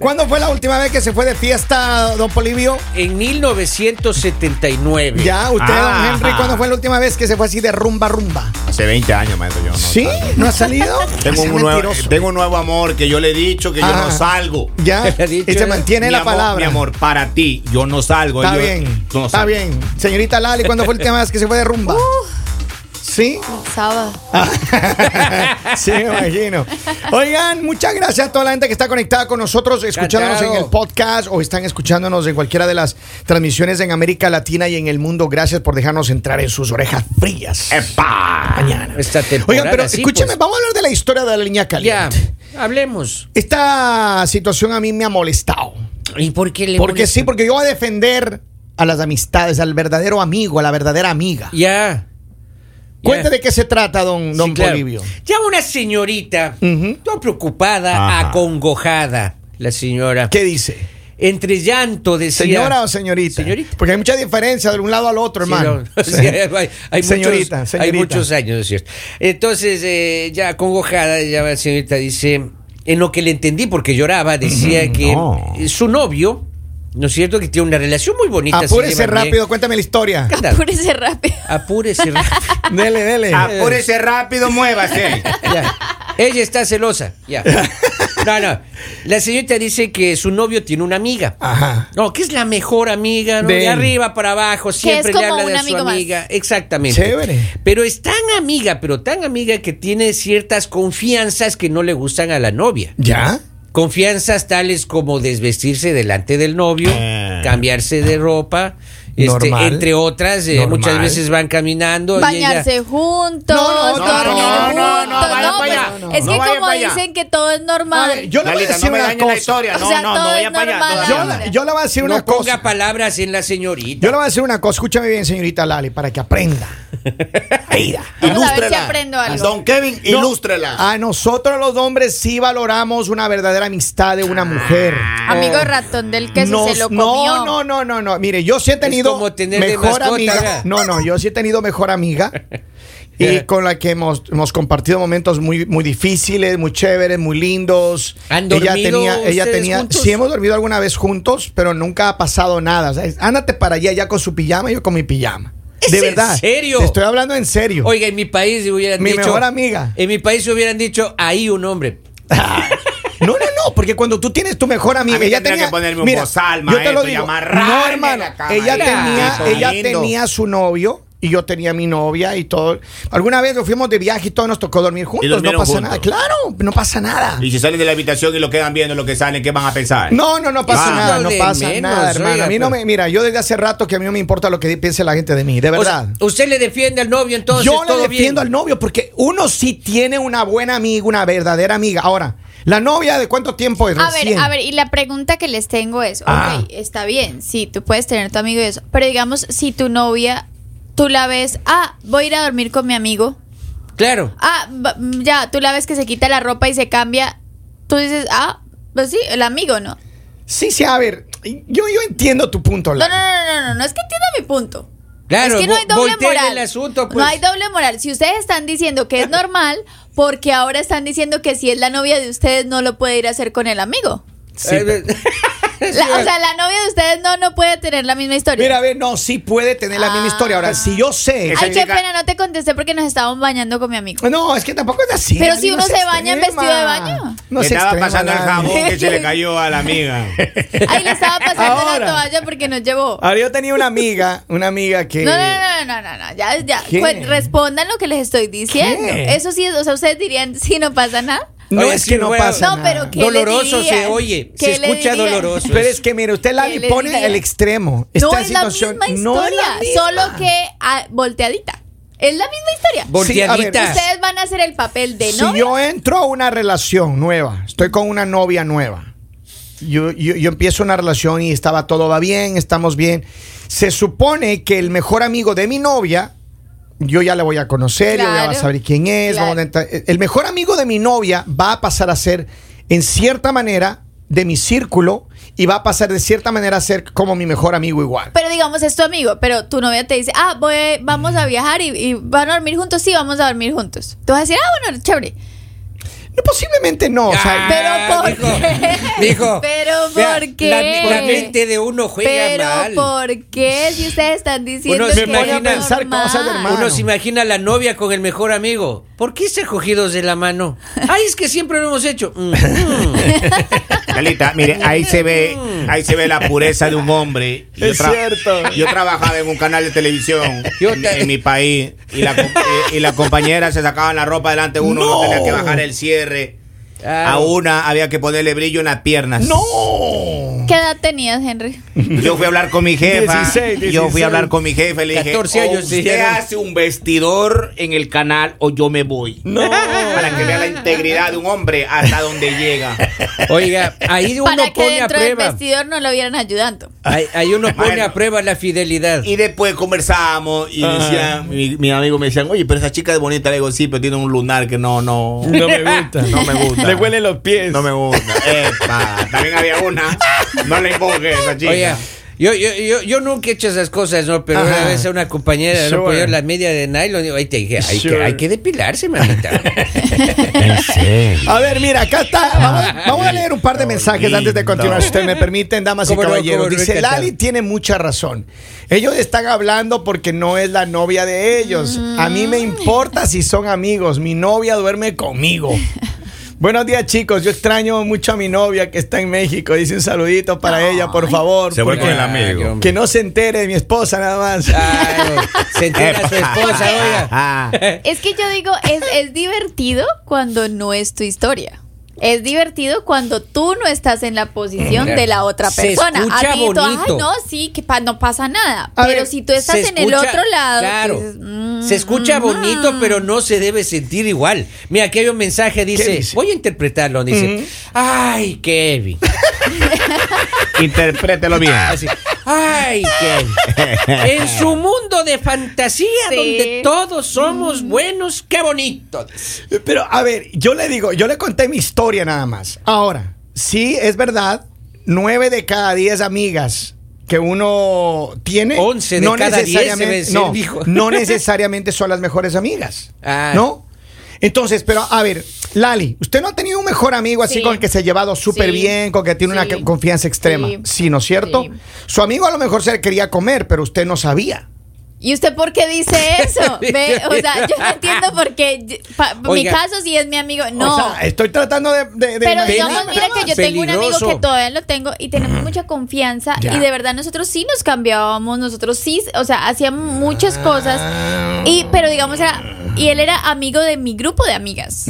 ¿Cuándo fue la última vez que se fue de fiesta, don Polivio? En 1979. Ya, usted, Ah. don Henry, ¿cuándo fue la última vez que se fue así de rumba, rumba? Hace 20 años, maestro, yo no. ¿Sí? ¿No ha salido? Tengo Ese un, nuevo, mentiroso. tengo un nuevo amor que yo le he dicho que yo Ajá. no salgo. Ya, Le he dicho y se eso. mantiene Mi la amor, palabra. Mi amor, para ti, yo no salgo. Está yo bien, no está salgo. bien. Señorita Lali, ¿cuándo fue la última vez que se fue de rumba? ¿Sí? Sábado. Sí, me imagino. Oigan, muchas gracias a toda la gente que está conectada con nosotros, escuchándonos Encantado. en el podcast o están escuchándonos en cualquiera de las transmisiones en América Latina y en el mundo. Gracias por dejarnos entrar en sus orejas frías. ¡Epa! Mañana. Esta temporada, Oigan, pero Eh, sí, escúchame, pues. vamos a hablar de la historia de la línea Ya, caliente. hablemos. Esta situación a mí me ha molestado. ¿Y por qué le Porque molesta? sí, porque yo voy a defender a las amistades, al verdadero amigo, a la verdadera amiga. Ya. Cuente Ya. de qué se trata, don, Sí, don claro. Polibio. Llama una señorita, Ujú. toda preocupada, Ajá. acongojada, la señora. ¿Qué dice? Entre llanto decía. ¿Señora o señorita? Señorita. Porque hay mucha diferencia de un lado al otro, Sí, hermano. no, sí, hay- hay- hay Señorita, muchos, señorita. Hay muchos años, es cierto. Entonces, eh, ya acongojada, ya la señorita dice, en lo que le entendí, porque lloraba, Mm, decía que no. eh, su novio, ¿no es cierto?, que tiene una relación muy bonita. se Apúrese llevan bien. rápido, cuéntame la historia. Claro. Apúrese rápido. Apúrese rápido. Dele, dele. Ah, Apúrese rápido, muévase. Ya. Ella está celosa. Ya. No, no. La señorita dice que su novio tiene una amiga. Ajá. No, que es la mejor amiga, ¿no? De De, él. arriba para abajo, siempre como le habla un de su amigo más. amiga. Exactamente. Chévere. Pero es tan amiga, pero tan amiga que tiene ciertas confianzas que no le gustan a la novia. ¿Ya? Confianzas tales como desvestirse delante del novio, Ah. cambiarse de ropa, este, Normal. entre otras, eh, Normal. muchas veces van caminando. y Bañarse ella- juntos, No, no, dormir no, juntos. no, no, vaya No, para allá. pues, Es No que vaya como para allá. dicen que todo es normal. A ver, yo le voy a Lalita, decir no me una dañe la cosa. historia. O No, sea, no, no todo voy es a pagar. normal Yo, ahora. le- yo le voy a decir una no ponga cosa. palabras en la señorita. Yo le voy a decir una cosa. Escúchame bien, señorita Lali, para que aprenda. Aida. Vamos a ver si Ilústrela. aprendo algo. Don Kevin, ilústrela. A nosotros los hombres sí valoramos una verdadera amistad de Ah, una mujer. eh, Amigo ratón del queso se Nos- lo comió. no, no, no, no, no. Mire, yo sí he tenido como tener de mejor mascota, amiga. haga. No, no, yo sí he tenido mejor amiga. Y con la que hemos, hemos compartido momentos muy, muy difíciles, muy chéveres, muy lindos. ¿Han ella dormido tenía, ella ustedes tenía, juntos? sí hemos dormido alguna vez juntos, pero nunca ha pasado nada. O sea, es, ándate para allá ya con su pijama y yo con mi pijama. ¿Es de en verdad. serio? Te estoy hablando en serio. Oiga, en mi país hubieran Mi dicho. mejor amiga. En mi país hubieran dicho ahí un hombre. No, no, no, porque cuando tú tienes tu mejor amiga, A mí ella tendría tenía que ponerme un bozal, maestro, y amarrarme no, en hermano, la cama. ella Claro. tenía, Eso, ella lindo. tenía su novio y yo tenía mi novia y todo. Alguna vez nos fuimos de viaje y todos nos tocó dormir juntos, no durmieron pasa juntos. nada. Claro, no pasa nada. Y si salen de la habitación y lo quedan viendo lo que salen, ¿qué van a pensar? No, no, no pasa Ah. nada, no Lo de pasa menos, nada, hermano. oiga, a mí no pero- me, mira, yo desde hace rato que a mí no me importa lo que piense la gente de mí, de O verdad. sea, usted le defiende al novio entonces. Yo le todo defiendo al bien. novio porque uno sí tiene una buena amiga, una verdadera amiga. Ahora, la novia de cuánto tiempo es A ver, recién? a ver, y la pregunta que les tengo es, ok, Ah. está bien, sí, tú puedes tener tu amigo y eso, pero digamos, si tu novia, tú la ves, ah, voy a ir a dormir con mi amigo, Claro. ah, ba- mm, ya, tú la ves que se quita la ropa y se cambia, tú dices, ah, pues sí, el amigo, ¿no? Sí, sí, a ver, yo, yo entiendo tu punto. No, no, Lali. no, no, no, no, es que entienda mi punto. Claro, es que no vo- hay doble volteen moral. el asunto, pues. No hay doble moral. Si ustedes están diciendo que es normal, porque ahora están diciendo que si es la novia de ustedes no lo puede ir a hacer con el amigo. Sí, Eh, pero- La- o sea, la novia de ustedes no, no puede tener la misma historia. Mira, a ver, no, sí puede tener la misma Ah. historia. Ahora, si yo sé. Esa Ay, qué chica- pena, no te contesté porque nos estaban bañando con mi amigo. No, es que tampoco es así. Pero Lali, si no uno seas se baña en extrema. vestido de baño. No Le se estaba extrema, pasando el Lali. jabón que se le cayó a la amiga. Ahí le estaba pasando Ahora. la toalla porque nos llevó. Ah, Ahora, yo tenía una amiga, una amiga que. No, no, eh. no, no, no, no, ya, ya. ¿Qué? Cu- Respondan lo que les estoy diciendo. ¿Qué? Eso sí, es- o sea, ustedes dirían, si no pasa nada. No, Oye, es sí, que no bueno. pasa. No, nada. pero ¿qué Doloroso le dirían? se oye, se ¿Qué le escucha dirían? doloroso. Pero es que, mire, usted, Lali, ¿Qué le pone diría? el extremo. No Esta es la situación misma historia, no es la misma. solo que ah, volteadita. Es la misma historia. Volteadita. Ustedes van a hacer el papel de Si novio. yo entro a una relación nueva, estoy con una novia nueva. Yo, yo, yo empiezo una relación y estaba todo va bien, estamos bien. Se supone que el mejor amigo de mi novia, yo ya le voy a conocer, yo ya Claro. voy a saber quién es. Claro. vamos a entrar- el mejor amigo de mi novia va a pasar a ser, en cierta manera, de mi círculo y va a pasar de cierta manera a ser como mi mejor amigo igual. Pero digamos, es tu amigo, pero tu novia te dice, ah, voy, vamos a viajar y, y van a dormir juntos, sí, vamos a dormir juntos. Tú vas a decir, ah, bueno, chévere. No, posiblemente no. o sea, Pero ¿por dijo, qué? dijo, Pero vea, ¿por qué? La, la mente de uno juega Pero mal. ¿por qué si ustedes están diciendo Uno se que pone a es pensar normal? cosas, hermano. Uno se imagina a la novia con el mejor amigo. ¿Por qué se cogidos de la mano? Ay, es que siempre lo hemos hecho. Mm, mm. Lalita, mire, ahí se ve, ahí se ve la pureza de un hombre. Yo Es tra- cierto. Yo trabajaba en un canal de televisión Yo en, te- en mi país y la, com- y, y las compañeras se sacaban la ropa delante de uno, No. no tenía que bajar el cierre. Ah. A una había que ponerle brillo en las piernas. No. ¿Qué edad tenías, Henry? Yo fui a hablar con mi jefa. 16, Yo 16. fui a hablar con mi jefa y le dije, 14 "O años, sí, usted ya no". hace un vestidor en el canal o yo me voy. No. Para que vea la integridad de un hombre hasta donde llega. Oiga, ahí uno Para que pone a dentro del prueba. vestidor no lo vieran ayudando. Ahí, ahí uno pone Bueno. a prueba la fidelidad. Y después conversamos y Ajá. decían, mi, mi amigo me decían, oye, pero esa chica es bonita. Le digo, sí, pero tiene un lunar que no, no. No me gusta. No me gusta. Le huelen los pies. No me gusta. Epa, también había una. No le invoque a esa chica. Oiga. Yo, yo, yo, yo nunca he hecho esas cosas, ¿no? Pero una Ajá. vez a una compañera Sure. no ponía la media de nylon. Digo, ahí te dije, hay, que, Sure. hay que depilarse, mamita. A ver, mira, acá está. Vamos, vamos a leer un par de mensajes antes de continuar, si ustedes me permiten, damas y Cómo no, caballeros. cómo no, Dice, encantado. Lali tiene mucha razón. Ellos están hablando porque no es la novia de ellos. A mí me importa si son amigos. Mi novia duerme conmigo. Buenos días, chicos. Yo extraño mucho a mi novia que está en México. Dice un saludito para ella, por favor. Se fue porque- con el amigo. Que no se entere de mi esposa nada más. Ah, Ay, se entera Epa. su esposa, oiga. Ah, Es que yo digo, es, es divertido cuando no es tu historia. Es divertido cuando tú no estás en la posición Claro. de la otra Se persona. escucha ti tú, ay, bonito". no, sí, que pa- no pasa nada. A pero ver, si tú estás Se en el escucha- otro lado, Claro. dices, mm, se escucha mm, bonito, pero no se debe sentir igual. Mira, aquí hay un mensaje, dice, dice? voy a interpretarlo, dice, ay, Kevin. Interprételo bien. Así, ay, Kevin. En su mundo de fantasía, Sí. donde todos somos buenos, qué bonito. dice. Pero a ver, yo le digo, yo le conté mi historia nada más. Ahora, sí, es verdad, nueve de cada diez amigas que uno tiene, Once de cada diez, necesariamente- debe ser, no, dijo. no necesariamente son las mejores amigas, Ah. ¿no? Entonces, pero a ver, Lali, usted no ha tenido un mejor amigo así Sí. con el que se ha llevado súper Sí. bien, con que tiene una Sí. c- confianza extrema, sí, Sí. ¿no es cierto? Sí. Su amigo a lo mejor se le quería comer, pero usted no sabía. ¿Y usted por qué dice eso? Ve, o sea, yo no entiendo por qué. yo- pa- mi Oiga. caso sí es mi amigo. No. O sea, estoy tratando de, de- de Pero imaginarme digamos, mira nada que más. yo tengo un amigo Peligroso. que todavía lo tengo y tenemos mucha confianza Ya. y de verdad nosotros sí nos cambiábamos, nosotros sí, o sea, hacíamos muchas cosas y pero digamos era y él era amigo de mi grupo de amigas.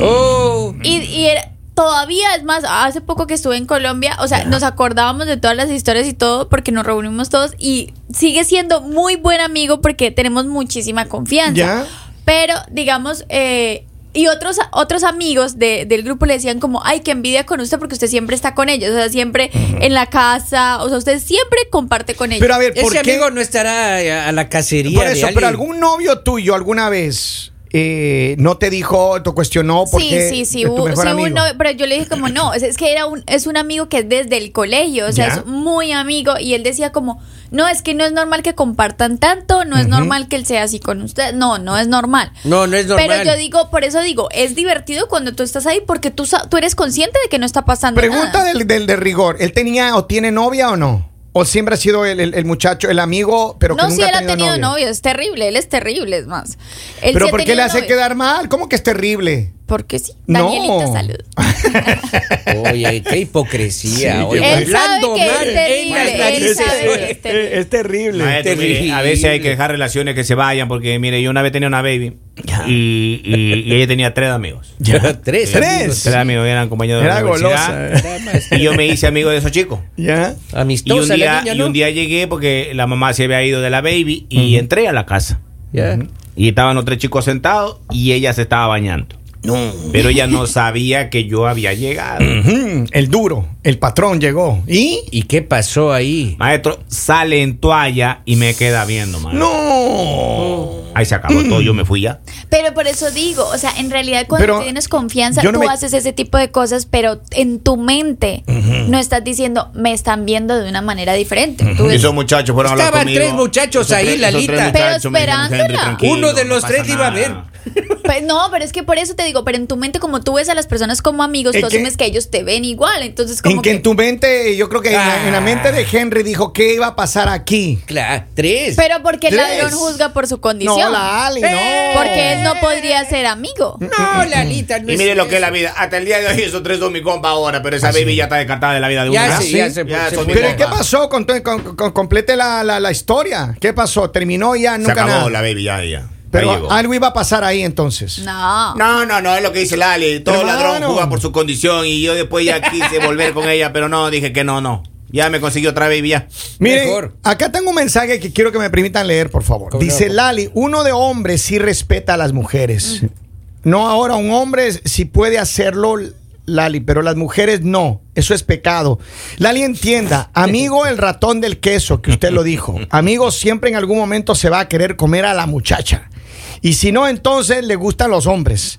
Oh, Y, y era- todavía, es más, hace poco que estuve en Colombia, o sea, nos acordábamos de todas las historias y todo porque nos reunimos todos y sigue siendo muy buen amigo porque tenemos muchísima confianza. Ya. Pero, digamos, eh, y otros, otros amigos de- del grupo le decían como, ay, qué envidia con usted porque usted siempre está con ellos, o sea, siempre en la casa, o sea, usted siempre comparte con ellos. Pero a ver, ¿por ese qué? amigo no estará a, a la cacería. Por de eso, alguien. pero algún novio tuyo alguna vez eh, no te dijo, te cuestionó por qué sí, sí, sí, es tu hubo- mejor sí, hubo amigo. un novio, pero yo le dije como no, es, es que era un, es un amigo que es desde el colegio, o sea, Ya. es muy amigo y él decía como, no, es que no es normal que compartan tanto, no es normal que él sea así con usted, no, no es normal. No, no es normal. Pero yo digo, por eso digo, es divertido cuando tú estás ahí porque tú, sa- tú eres consciente de que no está pasando Pregunta nada. del, del de rigor, ¿él tenía o tiene novia o no? ¿O siempre ha sido el, el- el muchacho, el amigo, pero que no, nunca si él ha ha tenido, tenido novio? novio, es terrible, él es terrible, es más. Él ¿Pero sí ha por qué tenido le hace novio. quedar mal? ¿Cómo que es terrible? Porque sí, No. Danielita, salud. Oye, qué hipocresía. Sí, oye, qué Él sabe hablando que es mal en terrible, las él narices, sabe oye. que es terrible. terrible. Maestro, mire, Terrible. a veces hay que dejar relaciones que se vayan porque, mire, yo una vez tenía una baby y, y- y ella tenía tres amigos. Tres. Tres. Tres amigos eran compañeros Era de la universidad. golosa. eh. amigos. Y yo me hice amigo de esos chicos. ¿Ya? Y un, Amistosa la día, niña, y ¿no? un día llegué porque la mamá se había ido de la baby y entré a la casa. Ya. Y estaban los tres chicos sentados y ella se estaba bañando. Pero ella no sabía que yo había llegado. Ujú, Mm, El duro, el patrón llegó. ¿Y? ¿Y qué pasó ahí? Maestro, sale en toalla y me queda viendo, maestro. Oh. ¡No! Ahí se acabó todo, yo me fui ya. Pero por eso digo, o sea, en realidad cuando Pero tienes confianza, yo no tú me- haces ese tipo de cosas, pero en tu mente no estás diciendo, me están viendo de una manera diferente. Tú ves- Esos muchachos fueron a hablar Estaban conmigo. tres muchachos Esos ahí, tres- esos tres Lalita. muchachos Pero me dijeron, esperándola. "Henry, tranquilo, Uno de los pasa tres iba a nada". ver. Pues no, pero es que por eso te digo, pero en tu mente como tú ves a las personas como amigos, Es tú que- asumes que ellos te ven igual, entonces como En que en tu mente, yo creo que en la- en la Ah. mente de Henry dijo, ¿qué iba a pasar aquí? Claro, tres. Pero porque el Tres. ladrón juzga por su No, condición. la Ali, Eh. no. Mm. Porque él no podría ser amigo. no, Lalita, no Y mire lo que es la vida. Hasta el día de hoy esos tres son mi compa ahora, pero esa baby ya está descartada de la vida de Ya una. sí, ya se- se- son mi Pero ¿y ¿qué compa. pasó? Con, tu- con- con- complete la, la- la historia. ¿Qué pasó? ¿Terminó ya? Se Nunca acabó nada. la baby ya, ya. Ya Pero llegó. algo iba a pasar ahí entonces. No. No, no, no, es lo que dice Lali. Todo Hermano. ladrón juega por su condición y yo después ya quise volver con ella, pero no, dije que no, no. Ya me consiguió otra baby ya. Miren, Mejor. acá tengo un mensaje que quiero que me permitan leer, por favor. Cómo no, Dice cómo no. Lali, uno de hombres sí respeta a las mujeres. No ahora, un hombre sí puede hacerlo, Lali, pero las mujeres no. Eso es pecado. Lali, entienda, amigo el ratón del queso, que usted lo dijo. Amigo siempre en algún momento se va a querer comer a la muchacha. Y si no, entonces le gustan los hombres.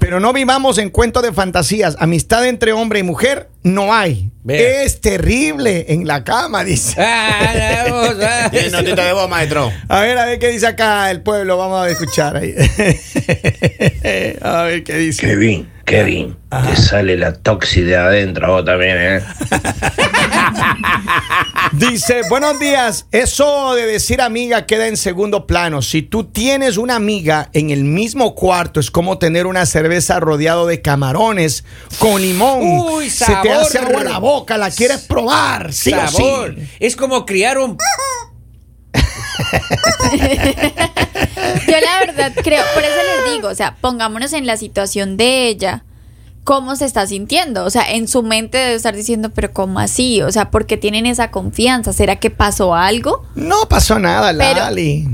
Pero no vivamos en cuentos de fantasías. Amistad entre hombre y mujer no hay. Vea. Es terrible en la cama, dice. Ah, vamos, ah. Tiene notita de voz, maestro. A ver, a ver qué dice acá el pueblo. Vamos a escuchar ahí. a ver qué dice. Kevin, Kevin, te sale la toxi de adentro a vos también, ¿eh? Dice, buenos días. Eso de decir amiga queda en segundo plano. Si tú tienes una amiga en el mismo cuarto, es como tener una cerveza rodeado de camarones con limón. Uy, Se te hace sabor. agua la boca, la quieres probar. Sí o sí. sabor. Es como criar un. Yo la verdad creo, por eso les digo, o sea, pongámonos en la situación de ella. ¿Cómo se está sintiendo? O sea, en su mente debe estar diciendo, pero ¿cómo así? O sea, ¿por qué tienen esa confianza? ¿Será que pasó algo? No pasó nada, Pero- Lali.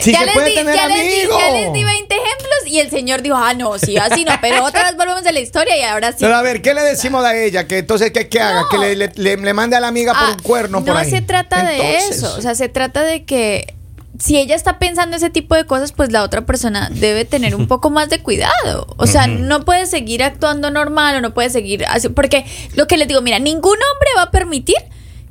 Si se puede tener ya, les di, amigos. ya les di 20 ejemplos y el señor dijo, ah, no, sí, así no, pero otra vez volvemos a la historia y ahora sí. Pero a ver, ¿qué le decimos a ella? Que entonces, ¿qué, qué haga? No. Que le, le- le- le mande a la amiga por Ah, un cuerno no por ahí. se trata Entonces, de eso, o sea, se trata de que si ella está pensando ese tipo de cosas, pues la otra persona debe tener un poco más de cuidado. O sea, no puede seguir actuando normal o no puede seguir así, porque lo que les digo, mira, ningún hombre va a permitir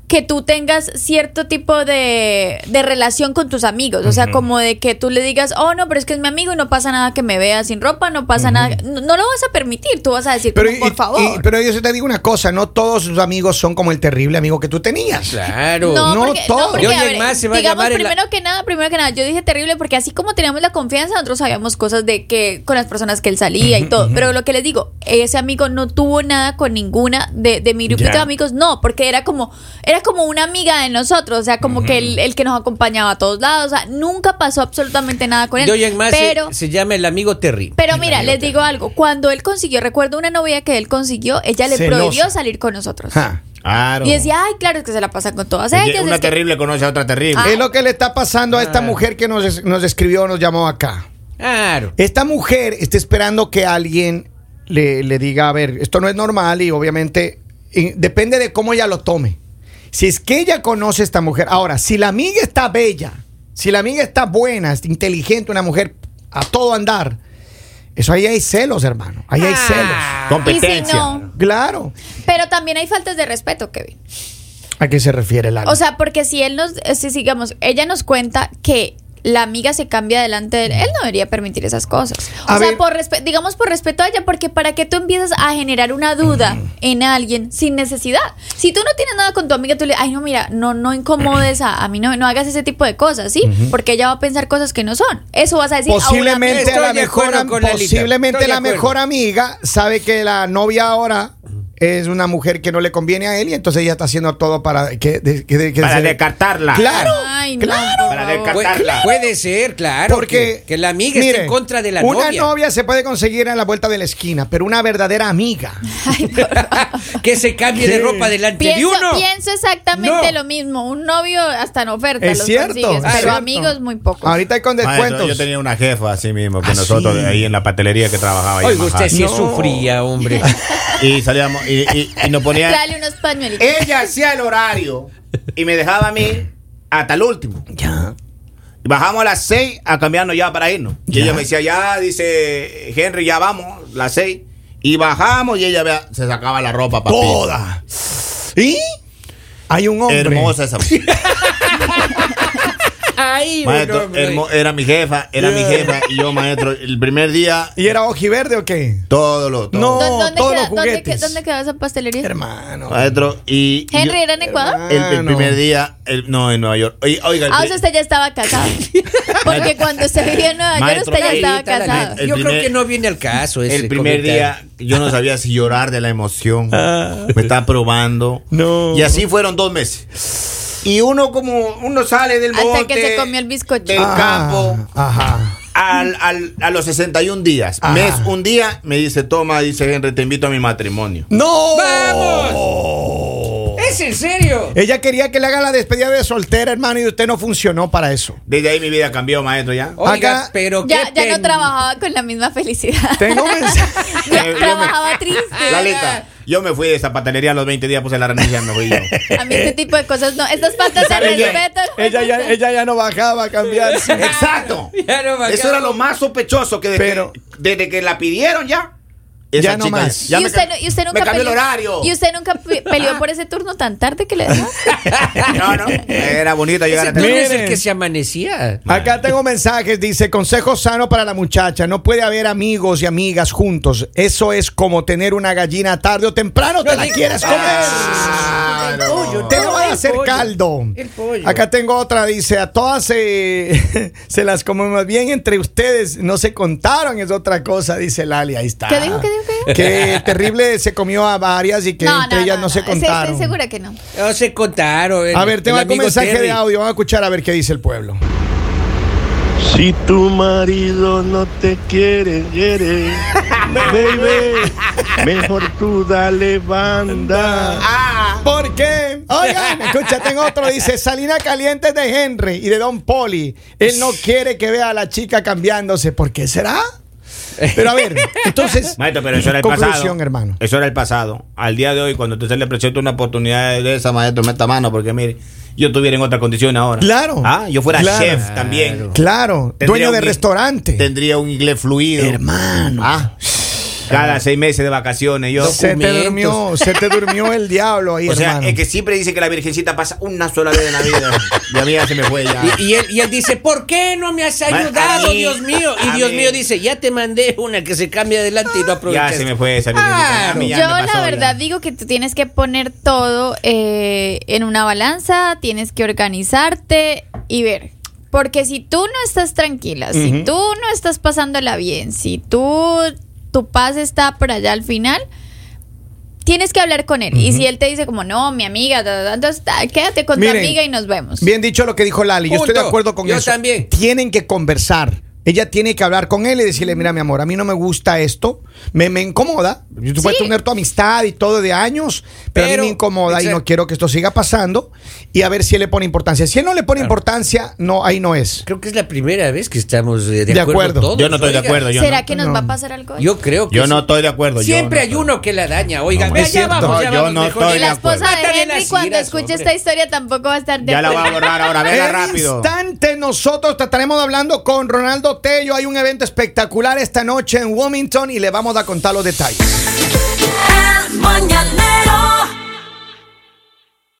que tú tengas cierto tipo de, de relación con tus amigos, o sea, como de que tú le digas, oh, no, pero es que es mi amigo y no pasa nada que me vea sin ropa, no pasa nada, no, no lo vas a permitir, tú vas a decir, pero, como, y- por favor. y- pero yo sí te digo una cosa, no todos sus amigos son como el terrible amigo que tú tenías. Claro. No, todo. De porque, hoy a en ver, más se va a digamos llamar el- primero que nada, primero que nada, yo dije terrible porque así como teníamos la confianza, nosotros sabíamos cosas de que con las personas que él salía y todo. Pero lo que les digo, ese amigo no tuvo nada con ninguna de, de mi grupito Ya. de amigos, no, porque era como, era como una amiga de nosotros, o sea, como que el, el que nos acompañaba a todos lados, o sea, nunca pasó absolutamente nada con él. De hoy en más se- pero se, llama el amigo Terry. pero El mira, amigo les Terry. digo algo, cuando él consiguió, recuerdo una novia que él consiguió, ella le Celosa. prohibió salir con nosotros. Ja. Claro. Y decía, ay, claro, es que se la pasan con todas ellas. Una es que- terrible conoce a otra terrible. Ah. Es lo que le está pasando a esta mujer que nos, es- nos escribió, nos llamó acá. Claro. Esta mujer está esperando que alguien le, le diga, a ver, esto no es normal y obviamente y depende de cómo ella lo tome. Si es que ella conoce a esta mujer, ahora, si la amiga está bella, si la amiga está buena, es inteligente, una mujer a todo andar, eso ahí hay celos, hermano, ahí hay celos. Ah. Competencia. Y si no, Claro. pero también hay faltas de respeto, Kevin. ¿A qué se refiere la O sea, porque si él nos, eh, si digamos, ella nos cuenta que la amiga se cambia delante de él, él no debería permitir esas cosas. O A sea, ver. por respe- digamos por respeto a ella, porque para qué tú empiezas a generar una duda en alguien sin necesidad. Si tú no tienes nada con tu amiga, tú le, ay no, mira, no, no incomodes a, a mí, no, no hagas ese tipo de cosas, ¿sí? Porque ella va a pensar cosas que no son. Eso vas a decir. "Ah, a una posiblemente amiga. Estoy la de mejor, acuerdo am- con Lalita. posiblemente Estoy de la acuerdo. mejor amiga sabe que la novia ahora es una mujer que no le conviene a él y entonces ella está haciendo todo para que, de- que de- que Para se- descartarla. Claro. Ay, no, claro. por Para favor. descartar- Puede, Carla. puede ser, claro. Porque que, que la amiga mire, está en contra de la una novia. Una novia se puede conseguir a la vuelta de la esquina, pero una verdadera amiga. Que se cambie de ropa delante Pienso, de uno. pienso exactamente No. lo mismo. Un novio hasta en oferta es los cierto. consigues, es pero cierto. amigos muy pocos. Ahorita hay con Maestro, descuentos. yo tenía una jefa así mismo que Ah, nosotros sí. ahí en la pastelería que trabajaba. ahí en Oiga, usted sí Manhattan. sufría, hombre. Y salíamos y, y- y nos ponía. Dale unos Eh, pañuelitos. Ella hacía el horario y me dejaba a mí hasta el último. Ya. Y Bajamos a las 6 a cambiarnos ya para irnos. Y Ya. ella me decía, ya, dice Henry, ya vamos, las 6. Y bajamos y ella vea, se sacaba la ropa para Toda. ¿Y? Hay un hombre. Hermosa esa mujer. Ahí, Maestro, bueno, hermo- era mi jefa, era mi jefa. Y yo, maestro, el primer día, ¿Y era ojiverde o qué? todo lo. todo. No. ¿Dónde, dónde todos queda- los dónde juguetes. que- dónde quedaba esa pastelería? Hermano. Maestro, y. y Henry yo- era en Ecuador. el, el Ah, no. primer día, el- no, en Nueva York. Oiga, oiga, el Ah, o pri- sea, usted ya estaba casado. Porque cuando se vivía en Nueva York, Maestro, usted ya ahí estaba está la- casado. El Yo creo primer- que no viene al caso. Ese El primer comentario. día yo no sabía si llorar de la emoción. Ah. Me estaba probando. No. Y así fueron dos meses. Y uno como uno sale del bote. Hasta que se comió el bizcocho. del- Ah, campo. Ajá. Al, al- a los 61 días, Ajá. mes, un día, me dice, toma, dice Henry, te invito a mi matrimonio. ¡No! ¡Vamos! ¿Es en serio? Ella quería que le haga la despedida de soltera, hermano, y usted no funcionó para eso. Desde ahí mi vida cambió, maestro, ya. Oh. Oiga, Acá- pero Ya, qué ya no pen- trabajaba con la misma felicidad. Tengo un mensaje. Ya Eh, yo me- trabajaba este triste. Lalita, yo me fui de zapatelería a los 20 días, puse la renuncia, me fui yo. A mí este tipo de cosas no. Estas faltas de ¿Sabe qué? respeto. Ella ya, ella ya no bajaba a cambiarse. ¡Exacto! Ya no me Eso acabo. era lo más sospechoso que desde, Pero- desde que la pidieron ya. Ya no más. ya y, me usted, ca- no- y usted me nunca cambió el horario. Y usted nunca pe- peleó por ese turno tan tarde que le dejó. No, no. Era bonito llegar Ese a tú eres el Miren. que se amanecía. Acá tengo mensajes, dice, consejo sano para la muchacha, no puede haber amigos y amigas juntos. Eso es como tener una gallina tarde o temprano, te la digas- quieres comer. Ah, El no. pollo, Te no, voy a el hacer pollo. caldo. El pollo. Acá tengo otra, dice, a todas se, se las comemos bien entre ustedes, no se contaron, es otra cosa, dice Lali, ahí está. ¿Qué dijo? ¿Qué dijo? ¿Qué dijo? Que terrible se comió a varias y que entre ellas no, se Sí, estoy contaron. segura que no. No se contaron. el- a ver, tengo el algún amigo mensaje Terry. de audio, vamos a escuchar a ver qué dice el pueblo. Si tu marido no te quiere, quiere, baby, mejor tú dale banda. Ah. ¿Por qué? Oigan, escucha, tengo otro. Dice Salina Caliente de Henry y de Don Poli. Él no quiere que vea a la chica cambiándose. ¿Por qué será? Pero a ver, entonces. Maestro, pero eso era el conclusión, pasado. hermano. Eso era el pasado. Al día de hoy, cuando usted se le presenta una oportunidad de esa, maestro, meta mano, porque mire, yo estuviera en otra condición ahora. Claro. Ah, yo fuera Claro. chef también. Claro, Tendría dueño un de in- restaurante. Tendría un inglés fluido. Hermano. Ah, cada seis meses de vacaciones. Yo, se te documentos. durmió, se te durmió el diablo ahí, o sea, hermano. es que siempre dice que la virgencita pasa una sola vez en la vida. Y a mí ya se me fue ya. Y, y él, y él dice, ¿por qué no me has ayudado, a mí, Dios mío? Y a Dios mí. mío dice, ya te mandé una que se cambia adelante y no ya aprovechas. se me fue esa virgencita. A mí ya Yo me pasó la ya. verdad digo que tú tienes que poner todo eh, en una balanza, tienes que organizarte y ver. Porque si tú no estás tranquila, si tú no estás pasándola bien, si tú tu paz está por allá al final, tienes que hablar con él. Y si él te dice como, no, mi amiga, da, da, da", entonces ah, quédate con Miren, tu amiga y nos vemos. Bien dicho lo que dijo Lali, yo estoy de Punto. acuerdo con Yo eso. también. Tienen que conversar. Ella tiene que hablar con él y decirle, mira mi amor, a mí no me gusta esto, me, me incomoda. Yo- Tú puedes Sí. tener tu amistad y todo de años, pero, a Pero- mí me incomoda y no exacto. quiero que esto siga pasando. Y a ver si él le pone importancia. Si él no le pone importancia, no, ahí no es. Creo que es la primera vez que estamos eh, de, De acuerdo, acuerdo. todos, Yo no estoy de oiga. acuerdo. Yo, ¿Será no, que nos no. va a pasar algo? Yo creo que yo sí. no estoy de acuerdo. yo Siempre no hay estoy. uno que la daña. Oiga, No, vea, es ya cierto. vamos, ya Yo vamos. no mejor. estoy y de la acuerdo. esposa de Mátale las Henry cuando iras, escuche hombre. esta historia tampoco va a estar de pues. Ya la acuerdo. va a borrar ahora, venga Al rápido. instante nosotros te estaremos hablando con Ronaldo Tello. Hay un evento espectacular esta noche en Wilmington y le vamos a contar los detalles. El mañanero